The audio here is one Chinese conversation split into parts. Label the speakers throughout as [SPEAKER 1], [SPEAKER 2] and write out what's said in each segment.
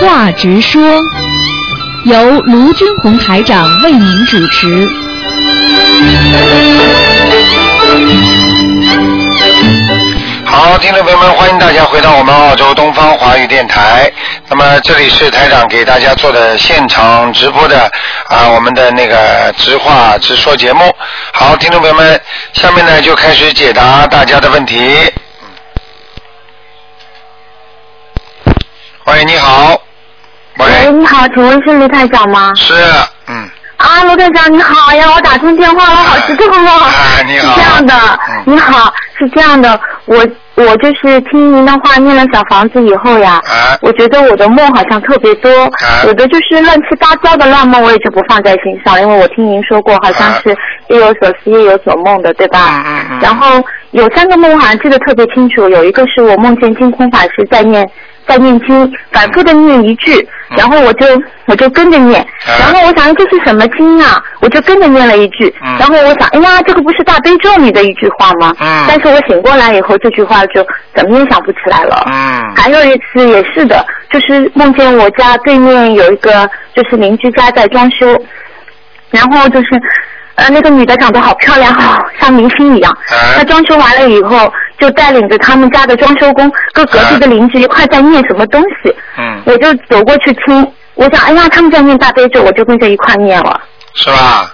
[SPEAKER 1] 话直说，由卢军红台长为您主持。
[SPEAKER 2] 好，听众朋友们，欢迎大家回到我们澳洲东方华语电台。那么这里是台长给大家做的现场直播的啊，我们的那个直话直说节目。好，听众朋友们，下面呢就开始解答大家的问题。喂，你好。
[SPEAKER 3] 喂，
[SPEAKER 2] 喂，
[SPEAKER 3] 你好，请问是卢台长吗？
[SPEAKER 2] 是，嗯，
[SPEAKER 3] 啊，卢台长你好呀，我打通电话了，好激动哦。
[SPEAKER 2] 哎你好
[SPEAKER 3] 是这样的，
[SPEAKER 2] 嗯
[SPEAKER 3] 你好，是这样的，我我就是听您的话念了小房子以后呀，
[SPEAKER 2] 啊，
[SPEAKER 3] 我觉得我的梦好像特别多，
[SPEAKER 2] 啊
[SPEAKER 3] 有的就是乱七八糟的乱梦，我也就不放在心上，因为我听您说过，好像是夜有所思夜有所梦的，对吧？
[SPEAKER 2] 嗯嗯
[SPEAKER 3] 然后有三个梦，我好像记得特别清楚，有一个是我梦见净空法师在念。在念经，反复的念一句，
[SPEAKER 2] 嗯
[SPEAKER 3] 然后我就我就跟着念，
[SPEAKER 2] 啊
[SPEAKER 3] 然后我想这是什么经啊，我就跟着念了一句，
[SPEAKER 2] 嗯
[SPEAKER 3] 然后我想，哎呀，这个不是大悲咒里的一句话吗？
[SPEAKER 2] 嗯
[SPEAKER 3] 但是我醒过来以后，这句话就怎么也想不起来了。
[SPEAKER 2] 嗯，
[SPEAKER 3] 还有一次也是的，就是梦见我家对面有一个就是邻居家在装修，然后就是，呃，那个女的长得好漂亮哦，像明星一样。
[SPEAKER 2] 哎
[SPEAKER 3] 她装修完了以后，就带领着他们家的装修工跟隔壁的邻居一块在念什么东西，
[SPEAKER 2] 嗯，
[SPEAKER 3] 我就走过去听，我想，哎呀，他们在念大悲咒，我就跟着一块念了。
[SPEAKER 2] 是吧？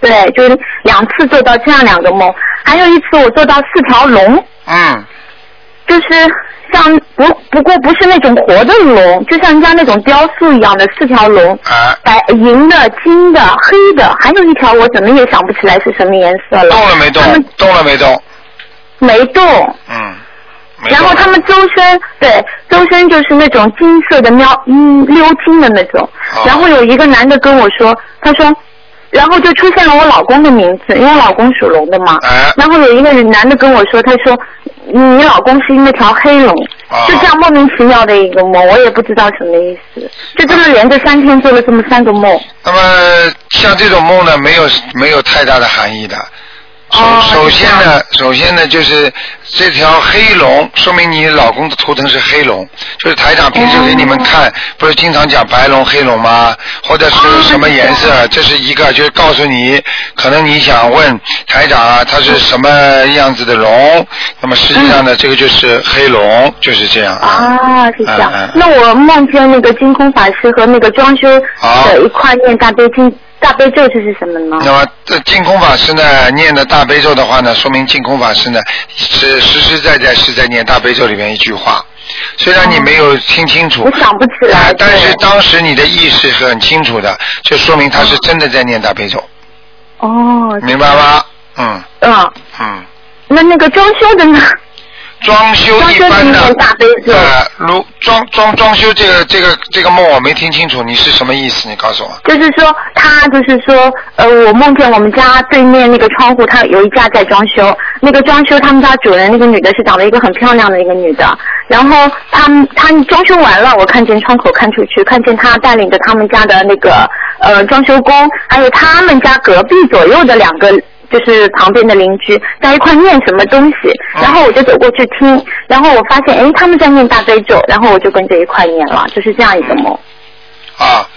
[SPEAKER 3] 对，就是两次做到这样两个梦，还有一次我做到四条龙。
[SPEAKER 2] 嗯，
[SPEAKER 3] 就是像不不过不是那种活的龙，就像人家那种雕塑一样的四条龙，
[SPEAKER 2] 啊，
[SPEAKER 3] 白银的、金的、黑的，还有一条我怎么也想不起来是什么颜色了。
[SPEAKER 2] 动了没
[SPEAKER 3] 他
[SPEAKER 2] 动
[SPEAKER 3] 们？
[SPEAKER 2] 动了没动？
[SPEAKER 3] 没动。
[SPEAKER 2] 嗯，没
[SPEAKER 3] 然后
[SPEAKER 2] 动
[SPEAKER 3] 他们周身对周身就是那种金色的喵嗯鎏金的那种
[SPEAKER 2] 哦。
[SPEAKER 3] 然后有一个男的跟我说，他说，然后就出现了我老公的名字，因为我老公属龙的嘛。
[SPEAKER 2] 哎，
[SPEAKER 3] 然后有一个男的跟我说，他说你你老公是那条黑龙，
[SPEAKER 2] 啊
[SPEAKER 3] 就这样莫名其妙的一个梦，我也不知道什么意思，就这么连着三天做了这么三个梦。
[SPEAKER 2] 那么像这种梦呢，没有没有太大的含义的。首、
[SPEAKER 3] 哦
[SPEAKER 2] 首先呢，首先呢，就是这条黑龙，说明你老公的图腾是黑龙，就是台长平时给你们
[SPEAKER 3] 哦
[SPEAKER 2] 看，不是经常讲白龙、黑龙吗？或者
[SPEAKER 3] 哦
[SPEAKER 2] 是什么颜色？这是一个，就是告诉你，可能你想问台长啊，它是什么样子的龙？那么实际上呢，
[SPEAKER 3] 嗯
[SPEAKER 2] 这个就是黑龙，就是这样啊。
[SPEAKER 3] 啊，是这样。
[SPEAKER 2] 嗯嗯
[SPEAKER 3] 那我梦见那个金空法师和那个装修
[SPEAKER 2] 好
[SPEAKER 3] 的一块念大悲经，大悲咒这是什么呢？
[SPEAKER 2] 那么这净空法师呢，念的大悲咒的话呢，说明净空法师呢是实实在在是在念大悲咒里面一句话，虽然你没有听清楚
[SPEAKER 3] 哦我，想不起
[SPEAKER 2] 啊
[SPEAKER 3] 来。
[SPEAKER 2] 但是
[SPEAKER 3] 对
[SPEAKER 2] 当时你的意识是很清楚的，就说明他是真的在念大悲咒，
[SPEAKER 3] 哦，
[SPEAKER 2] 明白吗？嗯
[SPEAKER 3] 嗯，
[SPEAKER 2] 嗯，
[SPEAKER 3] 那那个装修的呢？
[SPEAKER 2] 装修
[SPEAKER 3] 装
[SPEAKER 2] 一
[SPEAKER 3] 修的
[SPEAKER 2] 般
[SPEAKER 3] 念
[SPEAKER 2] 的。
[SPEAKER 3] 大悲咒。
[SPEAKER 2] 呃，如装装装修这个这个这个梦我没听清楚，你是什么意思？你告诉我。
[SPEAKER 3] 就是说，他就是说，呃，我梦见我们家对面那个窗户，他有一家在装修，那个装修他们家主人那个女的是长得一个很漂亮的一个女的，然后他们他们装修完了，我看见窗口看出去，看见他带领着他们家的那个呃装修工，还有他们家隔壁左右的两个。就是旁边的邻居在一块念什么东西，
[SPEAKER 2] 嗯
[SPEAKER 3] 然后我就走过去听，然后我发现哎他们在念大悲咒，然后我就跟着一块念了，就是这样一个梦。
[SPEAKER 2] 啊，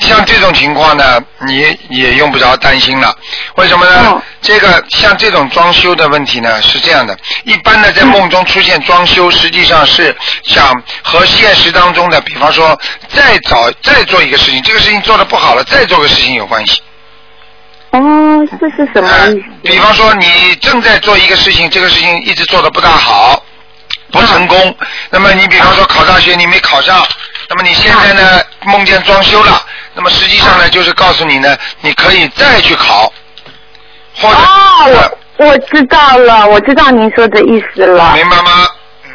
[SPEAKER 2] 像这种情况呢，你也用不着担心了。为什么呢？
[SPEAKER 3] 嗯
[SPEAKER 2] 这个像这种装修的问题呢，是这样的：一般呢，在梦中出现装修，实际上是想和现实当中的，比方说再找再做一个事情，这个事情做的不好了，再做个事情有关系。
[SPEAKER 3] 哦，这是什么意思？
[SPEAKER 2] 呃比方说，你正在做一个事情，这个事情一直做的不大好，不成功。
[SPEAKER 3] 啊
[SPEAKER 2] 那么你比方说考大学你没考上，那么你现在呢
[SPEAKER 3] 啊
[SPEAKER 2] 梦见装修了，那么实际上呢就是告诉你呢，你可以再去考，或者、
[SPEAKER 3] 哦，我我知道了，我知道您说的意思
[SPEAKER 2] 呃
[SPEAKER 3] 了，
[SPEAKER 2] 明白吗？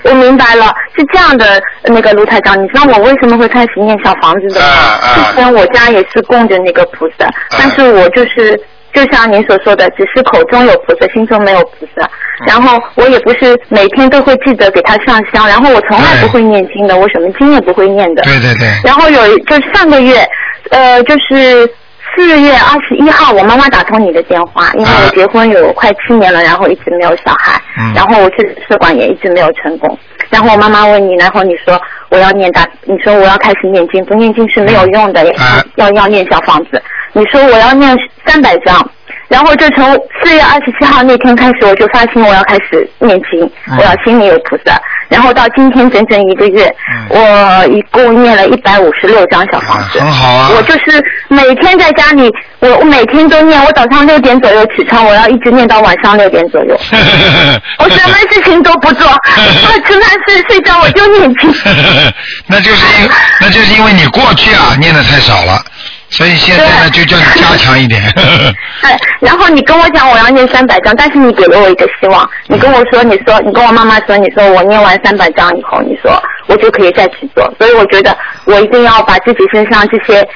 [SPEAKER 3] 我明白了。是这样的，那个卢台长，你知道我为什么会开始念小房子的吗？
[SPEAKER 2] 啊啊
[SPEAKER 3] 之前我家也是供着那个菩萨，但是我就是。就像您所说的，只是口中有菩萨，心中没有菩萨。
[SPEAKER 2] 嗯
[SPEAKER 3] 然后我也不是每天都会记得给他上香，然后我从来不会念经的，我什么经也不会念的。
[SPEAKER 2] 对对对，
[SPEAKER 3] 然后有一就是上个月，呃，就是四月二十一号，我妈妈打通你的电话，因为
[SPEAKER 2] 啊
[SPEAKER 3] 我结婚有快七年了，然后一直没有小孩，
[SPEAKER 2] 嗯
[SPEAKER 3] 然后我去试管也一直没有成功。然后我妈妈问你，然后你说我要念大，你说我要开始念经，不念经是没有用的，
[SPEAKER 2] 啊
[SPEAKER 3] 要要念小房子。你说我要念三百张，然后就从四月二十七号那天开始，我就发心我要开始念经，
[SPEAKER 2] 嗯
[SPEAKER 3] 我要心里有菩萨。然后到今天整整一个月，
[SPEAKER 2] 嗯
[SPEAKER 3] 我一共念了一百五十六张小房
[SPEAKER 2] 啊
[SPEAKER 3] 子。
[SPEAKER 2] 很好啊
[SPEAKER 3] 我就是每天在家里，我我每天都念，我早上六点左右起床，我要一直念到晚上六点左右。 我什么事情都不做，我吃饭睡睡觉我就念经。
[SPEAKER 2] 那就是因那就是因为你过去啊念的太少了，所以现在呢就
[SPEAKER 3] 对啊
[SPEAKER 2] 叫你加强一点。
[SPEAKER 3] 哎，然后你跟我讲我要念三百章，但是你给了我一个希望，你跟我说，你说你跟我妈妈说，你说我念完三百章以后，你说我就可以再去做，所以我觉得我一定要把自己身上这些。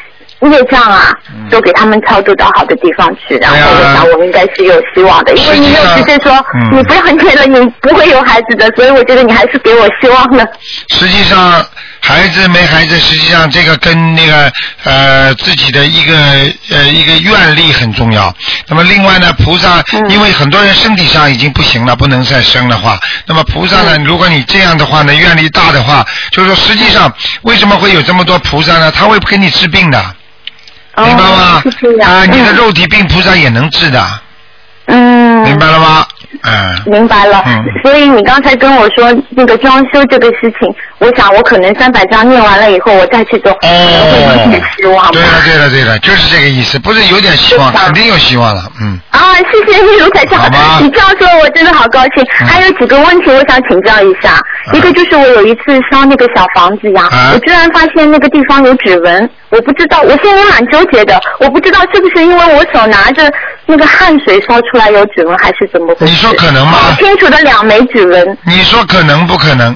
[SPEAKER 3] 业障啊，
[SPEAKER 2] 嗯
[SPEAKER 3] 都给他们超度到好的地方去。然后
[SPEAKER 2] 哎
[SPEAKER 3] 我
[SPEAKER 2] 呀
[SPEAKER 3] 想，我应该是有希望的，因为你
[SPEAKER 2] 实
[SPEAKER 3] 有
[SPEAKER 2] 际上
[SPEAKER 3] 直接说、
[SPEAKER 2] 嗯
[SPEAKER 3] 你不要觉得你不会有孩子的，所以我觉得你还是给我希望的。
[SPEAKER 2] 实际上，孩子没孩子，实际上这个跟那个呃自己的一个呃一个愿力很重要。那么另外呢，菩萨，
[SPEAKER 3] 嗯
[SPEAKER 2] 因为很多人身体上已经不行了，不能再生的话，那么菩萨呢，
[SPEAKER 3] 嗯
[SPEAKER 2] 如果你这样的话呢，愿力大的话，就是说实际上为什么会有这么多菩萨呢？他会给你治病的，明白
[SPEAKER 3] 哦
[SPEAKER 2] 吗
[SPEAKER 3] 是这？样
[SPEAKER 2] 啊，你的
[SPEAKER 3] 嗯
[SPEAKER 2] 肉体病菩萨也能治的，
[SPEAKER 3] 嗯，
[SPEAKER 2] 明白了吗？嗯，
[SPEAKER 3] 明白了，
[SPEAKER 2] 嗯
[SPEAKER 3] 所以你刚才跟我说那个装修这个事情，我想我可能三百张念完了以后，我再去做，可能会有点希望吧。
[SPEAKER 2] 哦对了对了对了，就是这个意思，不是有点希望，
[SPEAKER 3] 是的
[SPEAKER 2] 肯定有希望了，嗯。
[SPEAKER 3] 啊，谢谢卢台
[SPEAKER 2] 好
[SPEAKER 3] 长
[SPEAKER 2] 吧，
[SPEAKER 3] 你这样说我真的好高兴。
[SPEAKER 2] 嗯
[SPEAKER 3] 还有几个问题我想请教一下，
[SPEAKER 2] 嗯
[SPEAKER 3] 一个就是我有一次烧那个小房子呀，
[SPEAKER 2] 啊
[SPEAKER 3] 我居然发现那个地方有指纹，我不知道，我现在也蛮纠结的，我不知道是不是因为我手拿着那个汗水烧出来有指纹，还是怎么回事？
[SPEAKER 2] 你说可能吗
[SPEAKER 3] 好清楚的两枚指纹，
[SPEAKER 2] 你说可能不可能？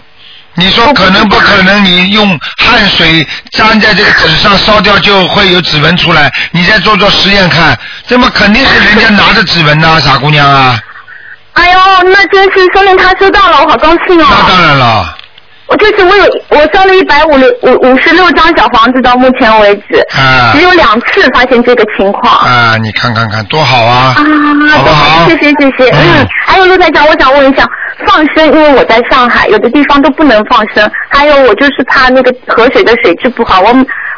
[SPEAKER 2] 你说可能不可能？你用汗水沾在这个纸上烧掉就会有指纹出来？你再做做实验看，这么肯定是人家拿着指纹呐、傻姑娘啊！
[SPEAKER 3] 哎呦，那真是说明他收到了，我好高兴
[SPEAKER 2] 那当
[SPEAKER 3] 哦！
[SPEAKER 2] 然了，
[SPEAKER 3] 我就是我有我烧了一百五六五五十六张小房子到目前为止，
[SPEAKER 2] 啊
[SPEAKER 3] 只有两次发现这个情况。
[SPEAKER 2] 啊，你看看看，多好啊！
[SPEAKER 3] 啊，
[SPEAKER 2] 好不好
[SPEAKER 3] 谢谢谢谢，
[SPEAKER 2] 嗯
[SPEAKER 3] 嗯，还有陆台长，我想问一下，放生，因为我在上海，有的地方都不能放生，还有我就是怕那个河水的水质不好，我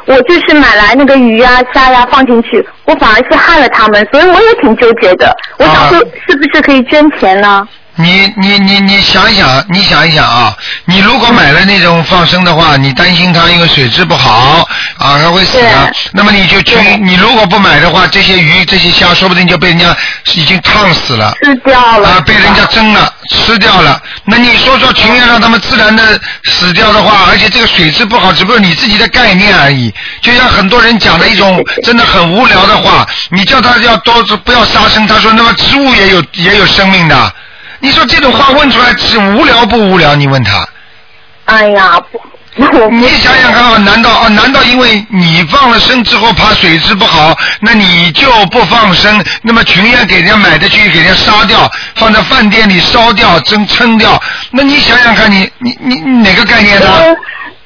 [SPEAKER 3] 我就是买来那个鱼呀、虾呀放进去，我反而是害了他们，所以我也挺纠结的。我想说
[SPEAKER 2] 啊，
[SPEAKER 3] 是不是可以捐钱呢？
[SPEAKER 2] 你你你你想一想，你想一想啊，你如果买了那种放生的话，你担心它因为水质不好啊，它会死啊
[SPEAKER 3] 对。
[SPEAKER 2] 那么你就去
[SPEAKER 3] 对，
[SPEAKER 2] 你如果不买的话，这些鱼这些虾说不定就被人家已经烫死了。
[SPEAKER 3] 吃掉了
[SPEAKER 2] 啊，被人家蒸了，吃掉了。那你说说，情愿让他们自然的死掉的话，而且这个水质不好，只不过你自己的概念而已。就像很多人讲的一种真的很无聊的话，你叫他要多不要杀生，他说那么植物也有也有生命的。你说这种话问出来是无聊不无聊？你问他，
[SPEAKER 3] 哎 呀，不，那我
[SPEAKER 2] 你想想看啊，难道啊？难道因为你放了生之后怕水质不好，那你就不放生？那么群愿给人家买的去给人家杀掉，放在饭店里烧掉、蒸撑掉？那你想想看你，你你你哪个概念呢？
[SPEAKER 3] 因为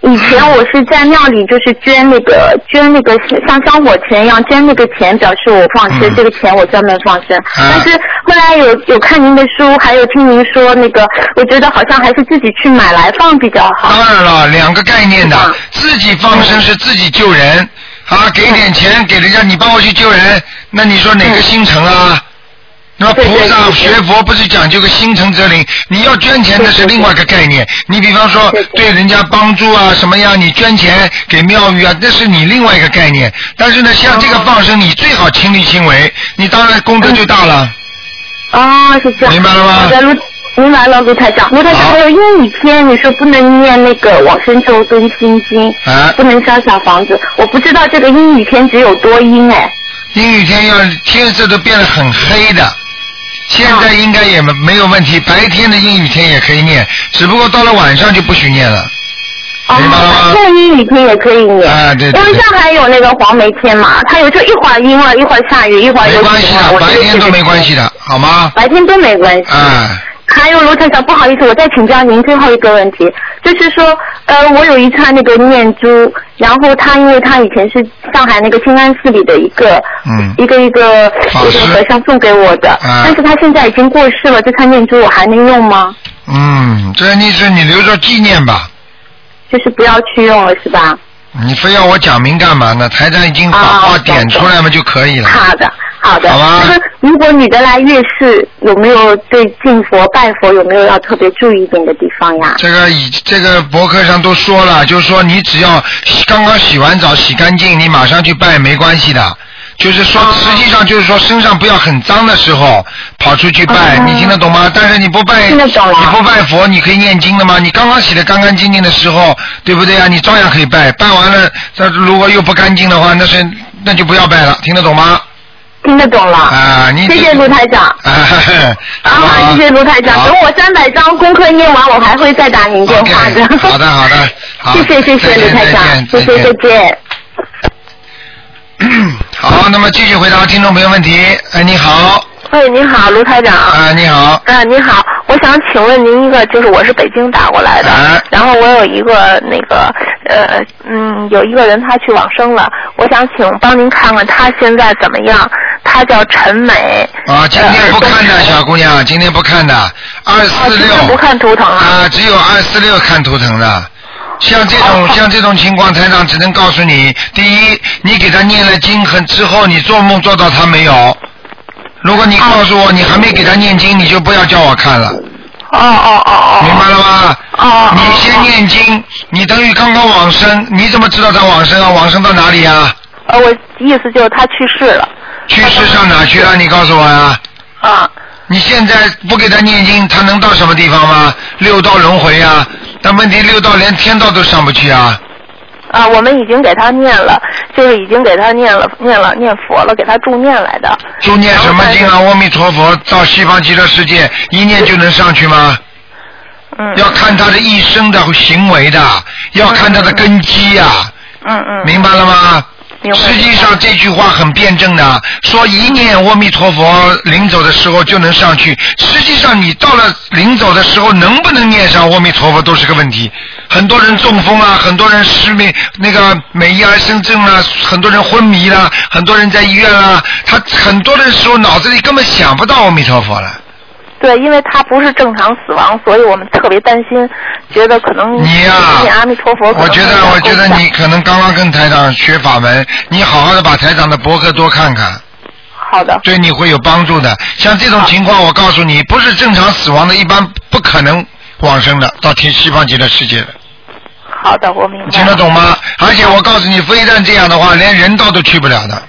[SPEAKER 3] 以前我是在庙里，就是捐那个捐那个像香火钱一样捐那个钱，表示我放生，
[SPEAKER 2] 嗯啊
[SPEAKER 3] 这个钱我专门放生。但是后来有有看您的书，还有听您说那个，我觉得好像还是自己去买来放比较好。
[SPEAKER 2] 当然了，两个概念的
[SPEAKER 3] 嗯，
[SPEAKER 2] 自己放生是自己救人啊，给点
[SPEAKER 3] 嗯
[SPEAKER 2] 钱给人家，你帮我去救人，那你说哪个心诚啊？那么
[SPEAKER 3] 对
[SPEAKER 2] 菩
[SPEAKER 3] 对
[SPEAKER 2] 萨
[SPEAKER 3] 对对
[SPEAKER 2] 学佛不是讲究个心诚则灵，你要捐钱
[SPEAKER 3] 对
[SPEAKER 2] 那是
[SPEAKER 3] 对
[SPEAKER 2] 另外一个概念。你比方说
[SPEAKER 3] 对
[SPEAKER 2] 对
[SPEAKER 3] 对
[SPEAKER 2] 人家帮助啊什么呀，你捐钱给庙宇啊，那是你另外一个概念。但是呢，像这
[SPEAKER 3] 嗯
[SPEAKER 2] 个放生，你最好亲力亲为，你当然功德就大了。
[SPEAKER 3] 哦，是这样。
[SPEAKER 2] 明白了吗
[SPEAKER 3] 好的，卢，明白了，卢台长。卢台长，
[SPEAKER 2] 好
[SPEAKER 3] 还有阴雨天，你说不能念那个往生咒跟心经，
[SPEAKER 2] 啊
[SPEAKER 3] 不能烧小房子。我不知道这个阴雨天只有多阴哎。
[SPEAKER 2] 阴雨天要天色都变得很黑的，现在应该也没没有问题，白天的阴雨天也可以念，只不过到了晚上就不许念了。
[SPEAKER 3] 哦
[SPEAKER 2] 明白了吗，
[SPEAKER 3] 那阴雨天也可以念。
[SPEAKER 2] 啊对对
[SPEAKER 3] 因为上海有那个黄梅天嘛，它有时候一会儿阴了，一会儿下雨，一会儿
[SPEAKER 2] 没
[SPEAKER 3] 有
[SPEAKER 2] 关系
[SPEAKER 3] 晴了
[SPEAKER 2] 的，
[SPEAKER 3] 我觉
[SPEAKER 2] 啊白
[SPEAKER 3] 得
[SPEAKER 2] 天都
[SPEAKER 3] 这个
[SPEAKER 2] 没关系的，好吗？
[SPEAKER 3] 白天都没关系。
[SPEAKER 2] 啊，
[SPEAKER 3] 还有卢台长，不好意思，我再请教您最后一个问题，就是说，呃，我有一串那个念珠，然后他因为他以前是上海那个静安寺里的一个，
[SPEAKER 2] 嗯
[SPEAKER 3] 一个一个
[SPEAKER 2] 法
[SPEAKER 3] 一
[SPEAKER 2] 师
[SPEAKER 3] 个和尚送给我的，
[SPEAKER 2] 啊
[SPEAKER 3] 但是他现在已经过世了，这串念珠我还能用吗？
[SPEAKER 2] 嗯，这你是你留着纪念吧，
[SPEAKER 3] 就是不要去用了，是吧？
[SPEAKER 2] 你非要我讲明干嘛呢？台长已经把
[SPEAKER 3] 啊
[SPEAKER 2] 话
[SPEAKER 3] 懂
[SPEAKER 2] 点出来嘛就可以了。
[SPEAKER 3] 好的，好的。
[SPEAKER 2] 好吧
[SPEAKER 3] 就是如果女的来月事，有没有对敬佛拜佛有没有要特别注意一点的地方呀？
[SPEAKER 2] 这个已这个博客上都说了，就是说你只要洗刚刚洗完澡洗干净，你马上去拜没关系的。就是说，
[SPEAKER 3] 哦
[SPEAKER 2] 实际上就是说，身上不要很脏的时候跑出去拜，
[SPEAKER 3] 嗯
[SPEAKER 2] 你听得懂吗？但是你不拜，
[SPEAKER 3] 听得懂了啊
[SPEAKER 2] 你不拜佛，你可以念经的吗？你刚刚洗的干干净净的时候，对不对啊？你照样可以拜，拜完了，那如果又不干净的话，那是那就不要拜了，听得懂吗？
[SPEAKER 3] 听得懂了。
[SPEAKER 2] 啊，你
[SPEAKER 3] 谢谢卢台长。
[SPEAKER 2] 啊，好吧
[SPEAKER 3] 啊，谢谢卢台长，
[SPEAKER 2] 好
[SPEAKER 3] 等我三百张功课念完，我还会再打您电话的。
[SPEAKER 2] OK，好的，好 的，好，
[SPEAKER 3] 谢谢谢谢卢台长，谢
[SPEAKER 2] 再见
[SPEAKER 3] 谢
[SPEAKER 2] 再
[SPEAKER 3] 再
[SPEAKER 2] 见。
[SPEAKER 3] 见。
[SPEAKER 2] 好，那么继续回答听众朋友问题。哎，你好，
[SPEAKER 4] 喂，您好，卢台长。
[SPEAKER 2] 啊，你好，
[SPEAKER 4] 啊，您好，我想请问您一个，就是我是北京打过来的，
[SPEAKER 2] 哎
[SPEAKER 4] 然后我有一个那个呃嗯，有一个人他去往生了，我想请帮您看看他现在怎么样。他叫陈美。
[SPEAKER 2] 啊，今天不看的小姑
[SPEAKER 3] 呃
[SPEAKER 2] 娘，今天不看的，二
[SPEAKER 4] 呃
[SPEAKER 2] 四
[SPEAKER 3] 哦
[SPEAKER 4] 今天不
[SPEAKER 2] 六
[SPEAKER 4] 看图腾啊。
[SPEAKER 2] 啊，只有二四六看图腾的。像这
[SPEAKER 3] 哦
[SPEAKER 2] 种像这种情况，台长只能告诉你：第一，你给他念了经很之后，你做梦做到他没有？如果你告诉我
[SPEAKER 3] 哦
[SPEAKER 2] 你还没给他念经，你就不要叫我看了，
[SPEAKER 4] 哦哦哦哦。
[SPEAKER 2] 明白了吗？
[SPEAKER 4] 哦。哦。
[SPEAKER 2] 你先念经，你等于刚刚往生，你怎么知道他往生啊？往生到哪里啊？
[SPEAKER 4] 呃，我意思就是他去世了。
[SPEAKER 2] 去世上哪去了？你告诉我啊！
[SPEAKER 4] 啊。
[SPEAKER 2] 你现在不给他念经，他能到什么地方吗？六道轮回啊！但问题六道连天道都上不去啊！
[SPEAKER 4] 啊，我们已经给他念了，就是已经给他念了，念了念佛了，给他助念来的。
[SPEAKER 2] 就念什么经
[SPEAKER 4] 然
[SPEAKER 2] 啊？
[SPEAKER 4] 后
[SPEAKER 2] 阿弥陀佛，到西方极乐世界一念就能上去吗？
[SPEAKER 4] 嗯。
[SPEAKER 2] 要看他的一生的行为的，要看他的根基呀、
[SPEAKER 4] 嗯嗯。
[SPEAKER 2] 明白了吗？
[SPEAKER 4] 明白
[SPEAKER 2] 实际上这句话很辩证的，啊说一念阿弥陀佛，临走的时候就能上去。实际上你到了临走的时候，能不能念上阿弥陀佛都是个问题。很多人中风啊，很多人失明，那个美意而生症啊，很多人昏迷啦、很多人在医院啦、他很多的时候脑子里根本想不到阿弥陀佛了。
[SPEAKER 4] 对，因为他不是正常死亡，所以我们特别担心，觉得可能
[SPEAKER 2] 你呀、
[SPEAKER 4] 念嗯阿弥陀佛可能
[SPEAKER 2] 我觉
[SPEAKER 4] 会
[SPEAKER 2] 得
[SPEAKER 4] 有
[SPEAKER 2] 我觉得
[SPEAKER 4] 功效
[SPEAKER 2] 你可能刚刚跟台长学法门，你好好的把台长的博客多看看。
[SPEAKER 4] 好的，
[SPEAKER 2] 对你会有帮助的。像这种情况，我告诉你，不是正常死亡的，一般不可能往生的，到天西方极乐世界的，
[SPEAKER 4] 好的，我明白。
[SPEAKER 2] 你听得？懂吗？而且我告诉你，非但这样的话，连人道都去不了的。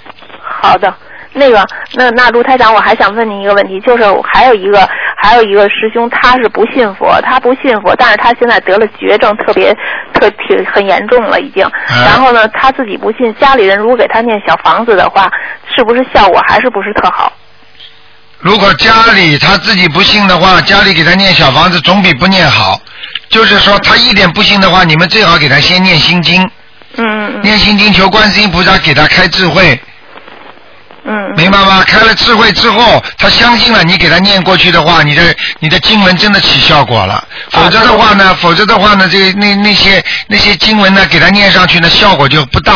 [SPEAKER 4] 好的。那个，那那卢台长，我还想问您一个问题，就是我还有一个，还有一个师兄，他是不信佛，他不信佛，但是他现在得了绝症，特别特挺很严重了已经。
[SPEAKER 2] 嗯
[SPEAKER 4] 然后呢，他自己不信，家里人如果给他念小房子的话，是不是效果还是不是特好？
[SPEAKER 2] 如果家里他自己不信的话，家里给他念小房子总比不念好。就是说，他一点不信的话，你们最好给他先念心经，
[SPEAKER 4] 嗯嗯
[SPEAKER 2] 念心经求观世音菩萨给他开智慧，
[SPEAKER 4] 嗯嗯，
[SPEAKER 2] 明白吗？开了智慧之后，他相信了，你给他念过去的话，你的你的经文真的起效果了。否则的话呢，否则的话呢，这个那那些那些经文呢，给他念上去呢，效果就不大，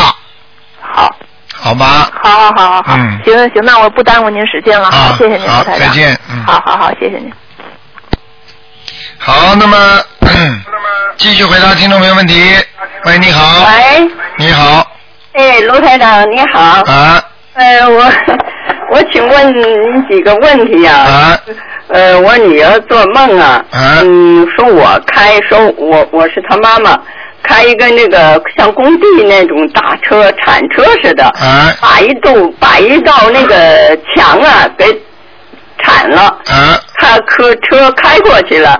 [SPEAKER 4] 好。
[SPEAKER 2] 好吗？
[SPEAKER 4] 好好好好好，
[SPEAKER 2] 嗯
[SPEAKER 4] 行行，那我不耽误您时间了，
[SPEAKER 2] 好
[SPEAKER 4] 好，谢谢您，
[SPEAKER 2] 好
[SPEAKER 4] 刘台长
[SPEAKER 2] 再见嗯
[SPEAKER 4] 好好好，谢谢您。
[SPEAKER 2] 好，那么继续回答听众朋友问题。喂，你好，
[SPEAKER 5] 喂，
[SPEAKER 2] 你好，
[SPEAKER 5] 哎，卢台长你好，
[SPEAKER 2] 啊
[SPEAKER 5] 呃，我我请问您几个问题呀、
[SPEAKER 2] 啊
[SPEAKER 5] 呃，我女儿做梦啊，
[SPEAKER 2] 啊
[SPEAKER 5] 嗯，说我开，说我我是她妈妈，开一个那个像工地那种大车、铲车似的，
[SPEAKER 2] 啊
[SPEAKER 5] 把一道把一道那个墙啊给铲了，
[SPEAKER 2] 啊！
[SPEAKER 5] 他车车开过去了，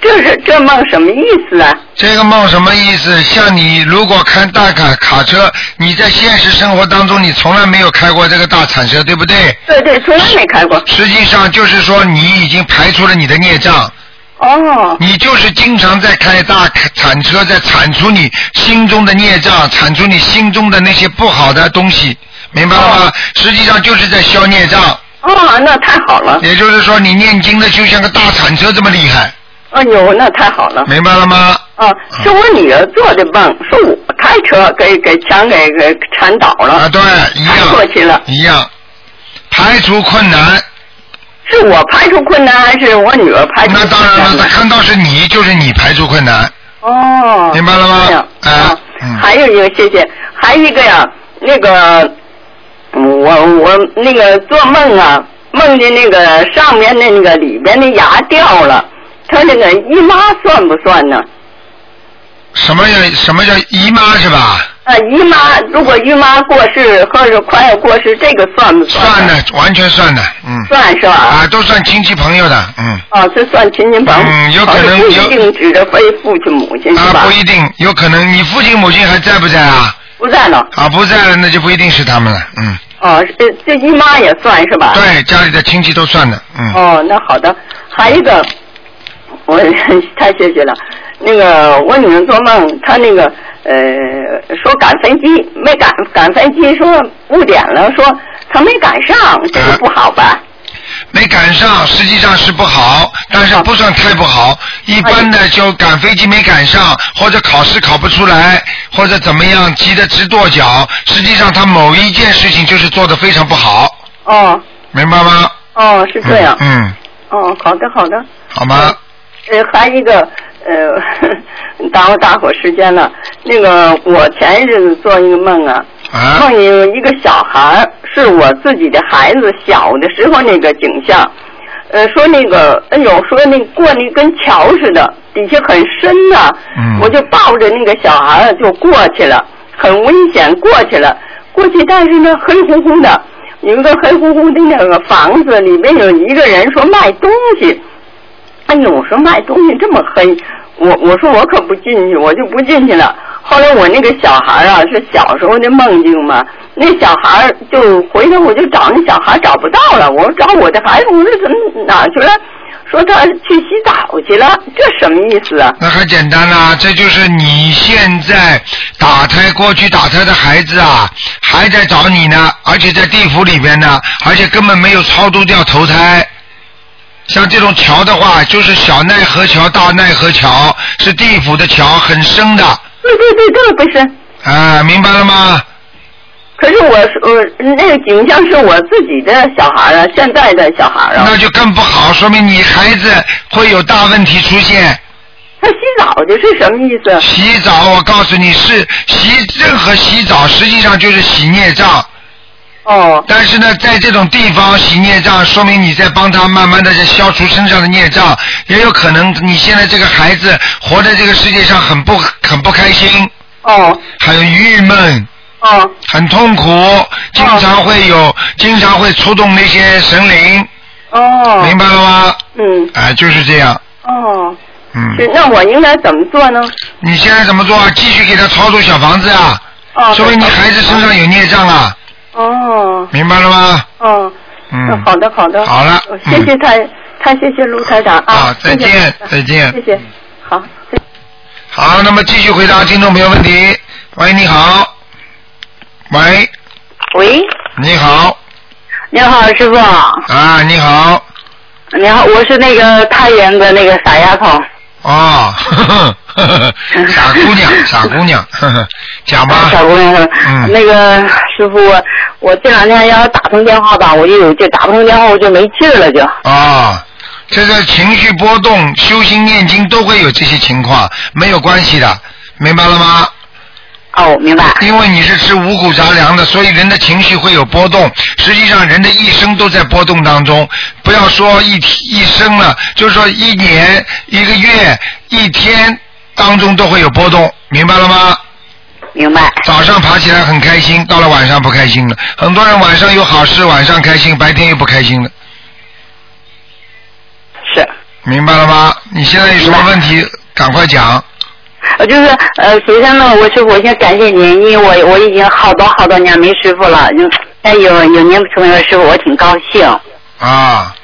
[SPEAKER 5] 这是这梦什么意思啊？
[SPEAKER 2] 这个梦什么意思？像你如果开大卡卡车，你在现实生活当中你从来没有开过这个大铲车，对不对？
[SPEAKER 5] 对对，从来没开过。
[SPEAKER 2] 实际上就是说，你已经排除了你的孽障，
[SPEAKER 5] 哦，
[SPEAKER 2] 你就是经常在开大铲车，在铲除你心中的孽障，铲除你心中的那些不好的东西，明白了吗？实际上就是在消孽障，
[SPEAKER 5] 哦，那太好了。
[SPEAKER 2] 也就是说，你念经的就像个大铲车这么厉害，
[SPEAKER 5] 哎呦，那太好了！
[SPEAKER 2] 明白了吗？
[SPEAKER 5] 啊，
[SPEAKER 2] 嗯
[SPEAKER 5] 是我女儿做的梦，是我开车给给墙给给铲倒
[SPEAKER 2] 啊，
[SPEAKER 5] 了，
[SPEAKER 2] 对，一
[SPEAKER 5] 开哦过
[SPEAKER 2] 样，
[SPEAKER 5] 去了。
[SPEAKER 2] 一样，排除困难，
[SPEAKER 5] 是我排除困难，还是我女儿排除
[SPEAKER 2] 那
[SPEAKER 5] 困
[SPEAKER 2] 当然
[SPEAKER 5] 难
[SPEAKER 2] 了，
[SPEAKER 5] 呢
[SPEAKER 2] 他？看到是你，就是你排除困难，
[SPEAKER 5] 哦，
[SPEAKER 2] 明白了吗
[SPEAKER 5] 这样
[SPEAKER 2] 啊
[SPEAKER 5] 啊
[SPEAKER 2] 嗯
[SPEAKER 5] 还有一个，谢谢，还有一个呀，那个我我那个做梦啊，梦见那个上面的那个里边的牙掉了，他那个姨妈算不算呢？
[SPEAKER 2] 什么叫什么叫姨妈是吧？
[SPEAKER 5] 啊，姨妈如果姨妈过世或者快要过世，这个算不算？
[SPEAKER 2] 算，的，完全算的，嗯。
[SPEAKER 5] 算是吧？
[SPEAKER 2] 啊，都算亲戚朋友的，嗯。
[SPEAKER 5] 哦，这算亲戚朋友，
[SPEAKER 2] 嗯有可能
[SPEAKER 5] 不一
[SPEAKER 2] 有
[SPEAKER 5] 定指着非父亲母亲嗯是
[SPEAKER 2] 啊，
[SPEAKER 5] 吧
[SPEAKER 2] 不？一定，有可能你父亲母亲还在不在啊？
[SPEAKER 5] 不在了，
[SPEAKER 2] 啊，不在了，那就不一定是他们了，嗯。
[SPEAKER 5] 哦，这这姨妈也算是吧？
[SPEAKER 2] 对，家里的亲戚都算的，嗯。
[SPEAKER 5] 啊哦，那好的，还有一个，我 太谢谢了。那个我女儿做梦，她那个呃说赶飞机没赶赶飞机，说误点了，说她没赶上，这个
[SPEAKER 2] 嗯
[SPEAKER 5] 不好吧？
[SPEAKER 2] 没赶上，实际上是不好，但
[SPEAKER 5] 哦
[SPEAKER 2] 是不算太不好。一般的就赶飞机没赶上，或者考试考不出来，或者怎么样急得直跺脚，实际上他某一件事情就是做的非常不好，
[SPEAKER 5] 哦
[SPEAKER 2] 明白吗？
[SPEAKER 5] 哦，是这样。
[SPEAKER 2] 嗯，嗯
[SPEAKER 5] 哦，好的好的。
[SPEAKER 2] 好吗？
[SPEAKER 5] 呃，还有一个呃， 耽误大伙时间了。那个我前一阵子做一个梦啊，
[SPEAKER 2] 啊
[SPEAKER 5] 梦，见有一个小孩儿是我自己的孩子小的时候那个景象，呃，说那个哎呦，说那过那跟桥似的，底下很深呐、
[SPEAKER 2] 嗯
[SPEAKER 5] 我就抱着那个小孩儿就过去了，很危险过去了，过去但是呢黑乎乎的，有一个黑乎乎的那个房子里面有一个人说卖东西，哎呦，我说卖东西这么黑，我我说我可不进去，我就不进去了。后来我那个小孩啊，是小时候的梦境嘛，那小孩就回头我就找那小孩找不到了，我找我的孩子，我说怎么哪去了？说他去洗澡去了，这什么意思啊？
[SPEAKER 2] 那很简单啦、这就是你现在打胎过去打胎的孩子啊，还在找你呢，而且在地府里边呢，而且根本没有超度掉投胎。像这种桥的话，就是小奈何桥、大奈何桥，是地府的桥，很深的，啊、啊
[SPEAKER 5] 对对对，这个不是。
[SPEAKER 2] 明白了吗？
[SPEAKER 5] 可是我是我那个景象是我自己的小孩啊，现在的小孩啊
[SPEAKER 2] 那，就更不好，说明你孩子会有大问题出现。
[SPEAKER 5] 他洗澡去是什么意思？
[SPEAKER 2] 洗澡，我告诉你是洗任何洗澡，实际上就是洗孽障。
[SPEAKER 5] 哦
[SPEAKER 2] 但是呢，在这种地方洗孽障，说明你在帮他慢慢的在消除身上的孽障，也有可能你现在这个孩子活在这个世界上很不很不开心，
[SPEAKER 5] 哦
[SPEAKER 2] 很郁闷，
[SPEAKER 5] 哦
[SPEAKER 2] 很痛苦，经常会有经常会触动那些神灵，
[SPEAKER 5] 哦，
[SPEAKER 2] 明白了吗？
[SPEAKER 5] 嗯
[SPEAKER 2] 哎、就是这样，
[SPEAKER 5] 哦。是，
[SPEAKER 2] 嗯，
[SPEAKER 5] 那我应该怎么做呢？
[SPEAKER 2] 你现在怎么做？啊继续给他操作小房子啊，
[SPEAKER 5] 哦，
[SPEAKER 2] 说明你孩子身上有孽障啊，
[SPEAKER 5] 哦
[SPEAKER 2] 明白了吗？
[SPEAKER 5] 哦，那
[SPEAKER 2] 嗯，
[SPEAKER 5] 好的好的，
[SPEAKER 2] 好了
[SPEAKER 6] 哦
[SPEAKER 5] 呃谢谢台，太谢谢卢台长
[SPEAKER 2] 好
[SPEAKER 5] 啊，
[SPEAKER 2] 再见
[SPEAKER 5] 谢谢
[SPEAKER 2] 再见嗯
[SPEAKER 5] 谢谢，好，再
[SPEAKER 2] 好，那么继续回答听众朋友问题。喂，你好。喂，
[SPEAKER 6] 喂，
[SPEAKER 2] 你好。
[SPEAKER 6] 你好，师傅，
[SPEAKER 2] 啊，你好。
[SPEAKER 6] 你好，我是那个太原的那个傻丫头。
[SPEAKER 2] 哦， 呵呵呵呵傻姑娘，傻姑娘， 呵呵讲
[SPEAKER 5] 啊
[SPEAKER 2] 吧。
[SPEAKER 6] 小姑娘，
[SPEAKER 2] 嗯
[SPEAKER 6] 那个师傅，我我这两天要打不通电话吧，我就有劲，打不通电话我就没劲儿了就。
[SPEAKER 2] 哦，这个情绪波动、修心念经都会有这些情况，没有关系的，明白了吗？
[SPEAKER 6] 哦，明白。
[SPEAKER 2] 因为你是吃五谷杂粮的，所以人的情绪会有波动。实际上，人的一生都在波动当中。不要说一天一生了，就是说一年、一个月、一天当中都会有波动，明白了吗？
[SPEAKER 6] 明白。
[SPEAKER 2] 早上爬起来很开心，到了晚上不开心了。很多人晚上有好事，晚上开心，白天又不开心了，
[SPEAKER 6] 是，
[SPEAKER 2] 明白了吗？你现在有什么问题，赶快讲。
[SPEAKER 6] 呃，就是呃，首先呢，我师傅，我先感谢您，因为我我已经好多好多年没师傅了，就哎有有您成为师傅，我挺高兴。
[SPEAKER 2] 啊，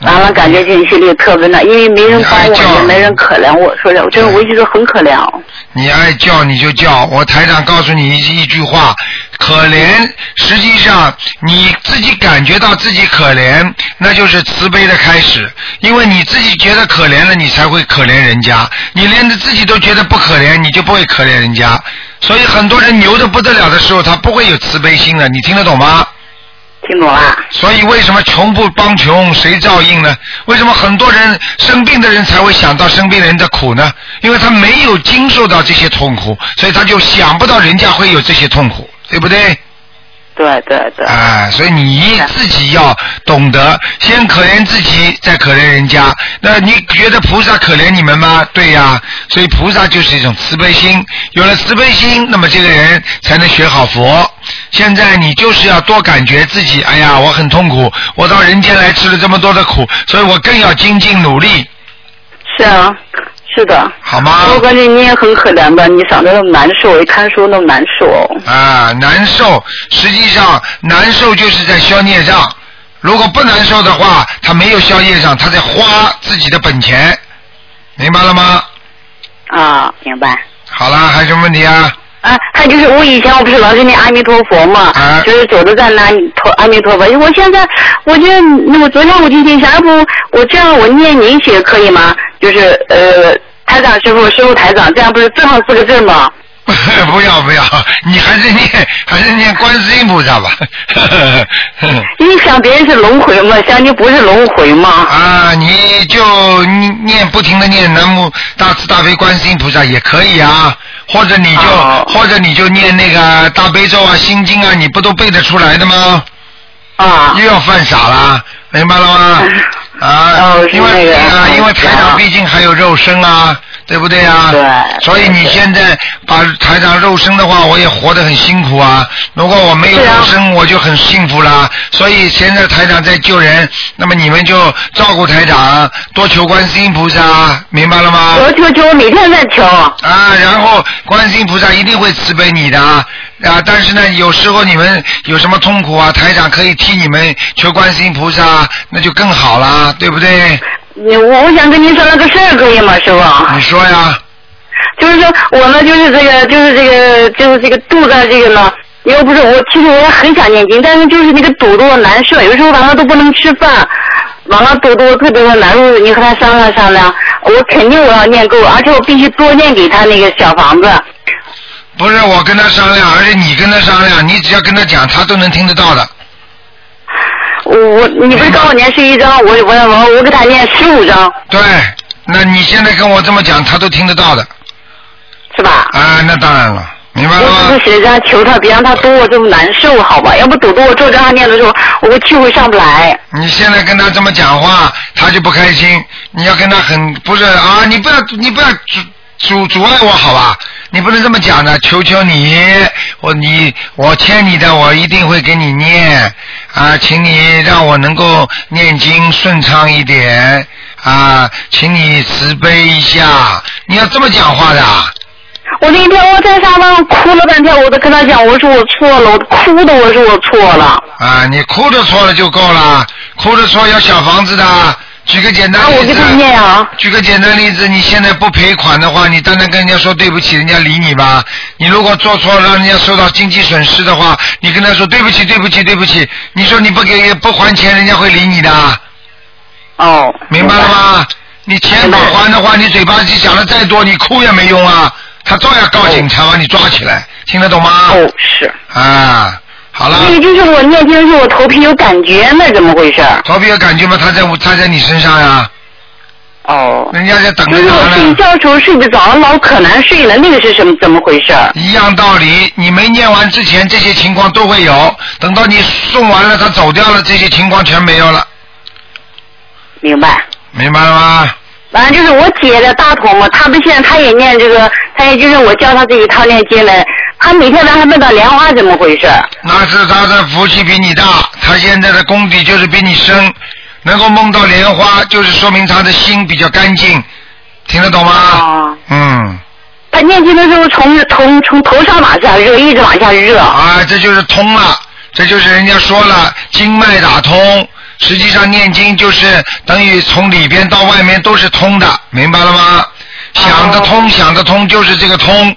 [SPEAKER 6] 完了，感觉进去力特别大，因为没人管
[SPEAKER 2] 你还
[SPEAKER 6] 我，
[SPEAKER 2] 叫
[SPEAKER 6] 也没人可怜我，说的，我真
[SPEAKER 2] 对
[SPEAKER 6] 我一直很可怜。哦
[SPEAKER 2] 你爱叫你就叫，我台长告诉你一一句话，可怜，实际上你自己感觉到自己可怜，那就是慈悲的开始，因为你自己觉得可怜了，你才会可怜人家，你连自己都觉得不可怜，你就不会可怜人家，所以很多人牛的不得了的时候，他不会有慈悲心的，你听得懂吗？
[SPEAKER 5] 听懂啦？
[SPEAKER 2] 所以为什么穷不帮穷，谁照应呢？为什么很多人生病的人才会想到生病人的苦呢？因为他没有经受到这些痛苦，所以他就想不到人家会有这些痛苦，对不对？
[SPEAKER 5] 对对对，
[SPEAKER 2] 啊，所以你自己要懂得先可怜自己，再可怜人家。那你觉得菩萨可怜你们吗？对呀、所以菩萨就是一种慈悲心。有了慈悲心，那么这个人才能学好佛。现在你就是要多感觉自己，哎呀，我很痛苦，我到人间来吃了这么多的苦，所以我更要精进努力，
[SPEAKER 5] 是啊，是的。
[SPEAKER 2] 好吗？
[SPEAKER 5] 我感觉你也很可怜吧，你想的那么难受，我一看书那么难受。
[SPEAKER 2] 啊，难受，实际上难受就是在消孽障。如果不难受的话，他没有消业障，他在花自己的本钱，明白了吗？
[SPEAKER 5] 啊，明白。
[SPEAKER 2] 好啦，还有什么问题啊？
[SPEAKER 5] 啊，还有就是我以前我不是老是念阿弥陀佛嘛，
[SPEAKER 2] 啊
[SPEAKER 5] 就是走的在那陀阿弥陀佛。我现在我就那我昨天我就心想，要不我这样我念您写可以吗？就是呃，台长师傅，师傅台长，这样不是正好四个字吗？
[SPEAKER 2] 不要不要，你还是念还是念观世音菩萨吧。
[SPEAKER 5] 你想别人是轮回嘛，想你不是轮回嘛？
[SPEAKER 2] 啊，你就念不停的念南无大慈大悲观世音菩萨也可以啊，或者你就、
[SPEAKER 5] 哦
[SPEAKER 2] 或者你就念那个大悲咒啊、心经啊，你不都背得出来的吗？
[SPEAKER 5] 啊，
[SPEAKER 2] 又要犯傻啦，明白了吗？啊
[SPEAKER 5] 哦，是
[SPEAKER 2] 因
[SPEAKER 5] 那
[SPEAKER 2] 为
[SPEAKER 5] 个
[SPEAKER 2] 啊，因为台长
[SPEAKER 5] 啊
[SPEAKER 2] 毕竟还有肉身啊，对不对啊？
[SPEAKER 5] 对
[SPEAKER 2] 所以你现在把台长肉身的话，我也活得很辛苦啊。如果我没有
[SPEAKER 5] 是啊
[SPEAKER 2] 肉身，我就很幸福啦。所以现在台长在救人，那么你们就照顾台长，多求观世音菩萨，啊明白了吗？
[SPEAKER 5] 我求求，每天在求。
[SPEAKER 2] 啊，然后观世音菩萨一定会慈悲你的啊！啊，但是呢，有时候你们有什么痛苦啊，台长可以替你们求观世音菩萨，那就更好啦，对不对？
[SPEAKER 5] 你我我想跟您说那个事儿可以吗，师傅？
[SPEAKER 2] 你说呀，
[SPEAKER 5] 就是说我呢，就是这个，就是这个，就是这个肚子啊这个呢，又不是我，其实我也很想念经，但是就是那个肚子我啊难受，有时候晚上都不能吃饭，晚上肚子我特别的难受，你和他商量商量，我肯定我要念够，而且我必须多念给他那个小房子。
[SPEAKER 2] 不是我跟他商量，而是你跟他商量，你只要跟他讲，他都能听得到的。
[SPEAKER 5] 我我你不是告诉我念十一章，我我我我给他念十五章，
[SPEAKER 2] 对，那你现在跟我这么讲，他都听得到的
[SPEAKER 5] 是吧？
[SPEAKER 2] 啊，那当然了，明白了吗？
[SPEAKER 5] 我只是学着求他，别让他多我这么难受，好吧？要不堵得我坐着他念的时候，我气会上不来。
[SPEAKER 2] 你现在跟他这么讲话，他就不开心。你要跟他很不是啊，你不要你不要阻阻阻碍我好吧？你不能这么讲的，求求你，我你我欠你的，我一定会给你念啊，请你让我能够念经顺畅一点啊，请你慈悲一下。你要这么讲话的啊，
[SPEAKER 5] 我那天我在沙发上哭了半天，我都跟他讲，我说我错了，我哭的我说我错了。
[SPEAKER 2] 啊你哭着说了就够了，哭着说要小房子的。举个简单
[SPEAKER 5] 啊，
[SPEAKER 2] 例子，
[SPEAKER 5] 我给他念啊，
[SPEAKER 2] 举个简单例子，你现在不赔款的话，你当然跟人家说对不起，人家理你吧。你如果做错，让人家受到经济损失的话，你跟他说对不起，对不起，对不起。你说你不给不还钱，人家会理你的，
[SPEAKER 5] 哦，
[SPEAKER 2] 哎明白了？吗？你钱不还的话，你嘴巴里讲的再多，你哭也没用啊，他照样告警察把你抓起来，听得懂吗？
[SPEAKER 5] 哦，嗯是。
[SPEAKER 2] 啊，好了，
[SPEAKER 5] 那个就是我念经的时候，我头皮有感觉，那怎么回事儿？
[SPEAKER 2] 头皮有感觉吗？他在他在你身上呀、
[SPEAKER 5] 哦，
[SPEAKER 2] 人家在等
[SPEAKER 5] 就
[SPEAKER 2] 着
[SPEAKER 5] 是我
[SPEAKER 2] 拿
[SPEAKER 5] 睡
[SPEAKER 2] 呢。
[SPEAKER 5] 觉的时候睡不着，老可难睡了，那个是什么怎么回事儿？
[SPEAKER 2] 一样道理，你没念完之前，这些情况都会有。等到你送完了，他走掉了，这些情况全没有了，
[SPEAKER 5] 明白。
[SPEAKER 2] 明白了吗？
[SPEAKER 5] 完了就是我姐的大头嘛，她不现在她也念这个，她也就是我教她自己，她念经来，她每天晚上梦到莲花，怎么回事儿？
[SPEAKER 2] 那是他的福气比你大，他现在的功底就是比你深，能够梦到莲花，就是说明他的心比较干净，听得懂吗？
[SPEAKER 5] 哦
[SPEAKER 2] 嗯，
[SPEAKER 5] 他念经的时候从从从头上往下热，一直往下热。
[SPEAKER 2] 啊，这就是通了，这就是人家说了经脉打通。实际上念经就是等于从里边到外面都是通的，明白了吗？想得通，想得通就是这个通。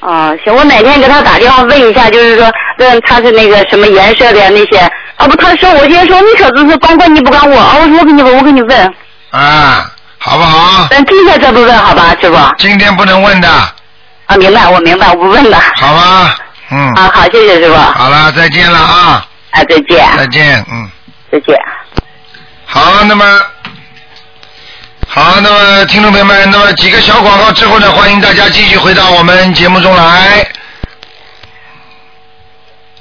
[SPEAKER 5] 啊，行，我哪天给他打电话问一下，就是说问他是那个什么颜色的呀那些。啊不，他说我今天说你可真是光管你不管我啊！我说我给你问，我给你问，
[SPEAKER 2] 啊，好不好？
[SPEAKER 5] 咱今天这不问好吧，师傅？啊，
[SPEAKER 2] 今天不能问的，好
[SPEAKER 5] 明白，我明白，我不问了。
[SPEAKER 2] 吧？嗯，
[SPEAKER 5] 啊，好，谢谢师傅。哎
[SPEAKER 2] 好了，再见了啊！
[SPEAKER 6] 啊，再见，
[SPEAKER 2] 再见，嗯。
[SPEAKER 6] 再见。
[SPEAKER 2] 好，那么，好，那么听众朋友们，那么几个小广告之后呢，欢迎大家继续回到我们节目中来。